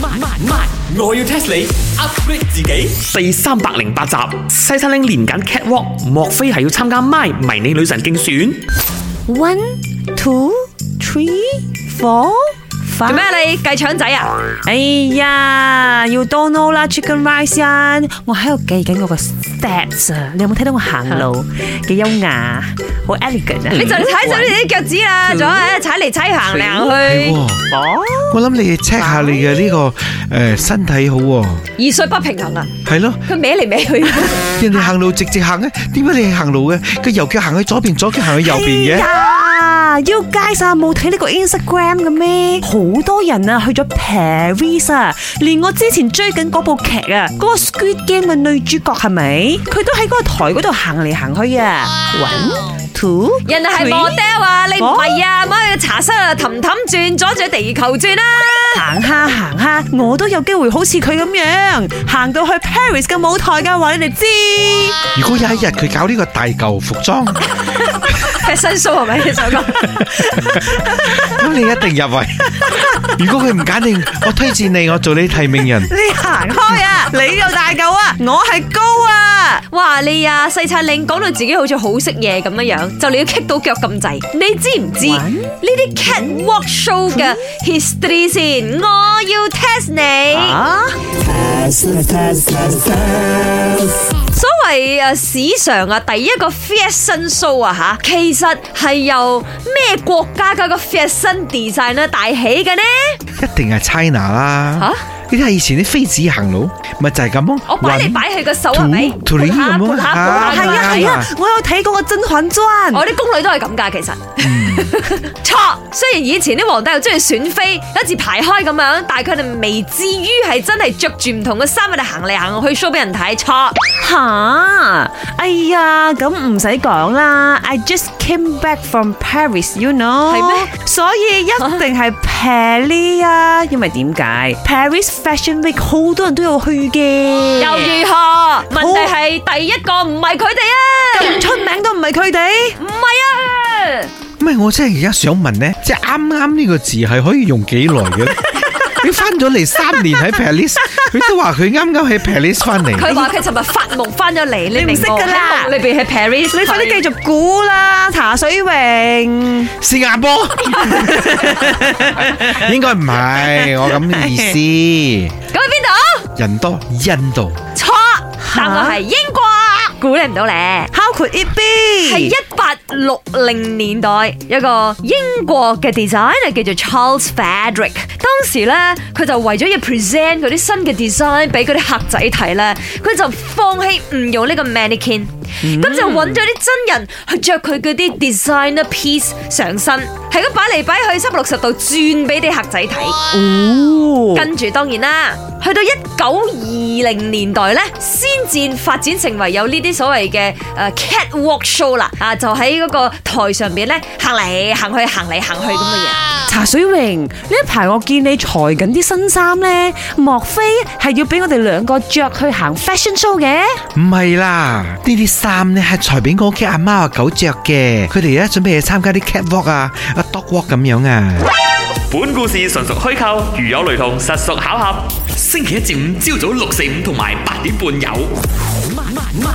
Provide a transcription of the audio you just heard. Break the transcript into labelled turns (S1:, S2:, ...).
S1: 慢慢，我要 test 你 upgrade 自己。
S2: 第三百零八集，西餐拎年揀 catwalk，莫非係要參加 My 迷你女神競選？
S3: One, two, three, four,
S4: 做
S3: five。
S4: 咩你計腸仔啊？
S3: 哎呀，要 Donald 啦，Chicken Rice 啊！我喺度記緊我個 steps 啊！你有冇睇到我行路幾優雅，好 elegant à. 啊？
S4: 你就踩走呢啲腳趾啦，仲喺踩嚟踩行嚟行
S5: 我諗你 check 下你嘅呢個诶身體好喎，
S4: 去，二歲不平衡啊！
S5: 係咯，
S4: 佢歪嚟歪 去，
S5: 人哋行路直直行嘅，點解你係行路嘅？個右腳行去左邊，左腳行去右邊嘅。
S3: 啊，You guys 啊，冇睇呢個 Instagram 嘅咩？好多人啊去咗 Paris 啊，連我之前追緊嗰部劇啊，嗰、個 Squid Game 嘅女主角係咪？佢都喺嗰個台嗰度行嚟行去啊。One, two，
S4: 人哋係
S3: three
S4: model 啊，你唔係啊，咪去茶室啊，氹氹轉，左轉地球轉啊啦。
S3: 行下行下，我都有機會好似佢咁樣行到去 Paris 嘅舞台嘅話，你哋知。
S5: 如果有一日佢搞呢個大舊服裝， 咁
S4: fashion show 係咪你想講？
S5: 你一定入圍。如果佢唔揀你，我推薦你，我做你提名人。
S3: 你行開 啊！你又大嚿啊，我係高啊！
S4: 哇！你啊，細擦令講到自己好似好識嘢咁樣樣，就你要棘到腳咁滯。你知唔知呢啲 catwalk show 嘅 history 先？我要 test 你。
S3: 啊！
S4: 所謂啊史上啊第一個 fashion show 啊吓，其實係由咩國家嘅個 fashion design 咧帶起嘅呢？
S5: 一定係 China 啦。
S4: 嚇
S5: 呢啲係以前啲妃子行路，咪就係咁咯。
S4: 我擺你擺喺個手係咪？
S5: 土土
S4: 撥下
S5: 咁樣
S4: 撥下撥下
S3: 係啊係啊，我有睇過個《甄嬛傳》。
S4: 我啲宮女都係咁噶，其實錯。雖然以前啲皇帝又中意選妃，一字排開咁樣，但係佢哋未至於係真係着住唔同嘅衫喺度行嚟行去 show 俾人睇。錯，
S3: 吓，哎呀，咁唔使講啦，I just came back from Paris，you know，
S4: 係咩？
S3: 所以一定係 Paris 啊，因為點解？Paris Fashion Week 好多人都有去嘅，
S4: 又如何？問題係第一個唔係佢哋啊，
S3: 出名都唔係佢哋。
S4: 唔係啊。
S5: 唔係我真係而家想問呢，即係啱啱呢個字係可以用幾耐嘅咧？你翻咗嚟三年喺 Paris，佢都話佢啱啱喺 Paris 翻嚟。
S4: 佢話佢尋日發夢翻咗嚟，你啊
S3: 唔識㗎啦
S4: 你邊喺 Paris，
S3: 你快啲繼續估啦，茶水榮。
S5: 新加坡應該唔係我咁嘅意思。
S4: 咁喺邊度？
S5: 人多，印度
S4: 錯，答案係英國，估你唔到咧。
S3: How could it be？
S4: 係啊一八六零年代一個英國嘅 designer 叫做 Charles Frederick。當時咧，佢就為咗要 present 嗰啲新嘅 design 俾嗰啲客仔睇咧，佢就放棄唔用呢個 mannequin，咁、就揾咗啲真人去着佢嗰啲 designer piece 上身，係咁擺嚟擺去三百六十度轉俾啲客仔睇。
S3: 哦
S4: 跟住當然啦，去到一九二零年代咧，先至發展成為有呢啲所謂嘅誒 catwalk show 啦，啊就喺嗰個台上邊咧行嚟行去行嚟行去咁嘅嘢。
S3: 茶水榮呢一排我見你裁緊啲新衫咧，莫非係要俾我哋兩個着去行 fashion show 嘅？
S5: 唔係啦，呢啲衫呢係裁俾我屋企阿媽阿狗着嘅，佢哋而家準備去參加啲 catwalk 啊、啊 dog walk 咁樣啊。
S2: 本故事純屬虛構，如有雷同，實屬巧合。星期一至五朝早六四五同埋八點半有。
S1: 慢慢，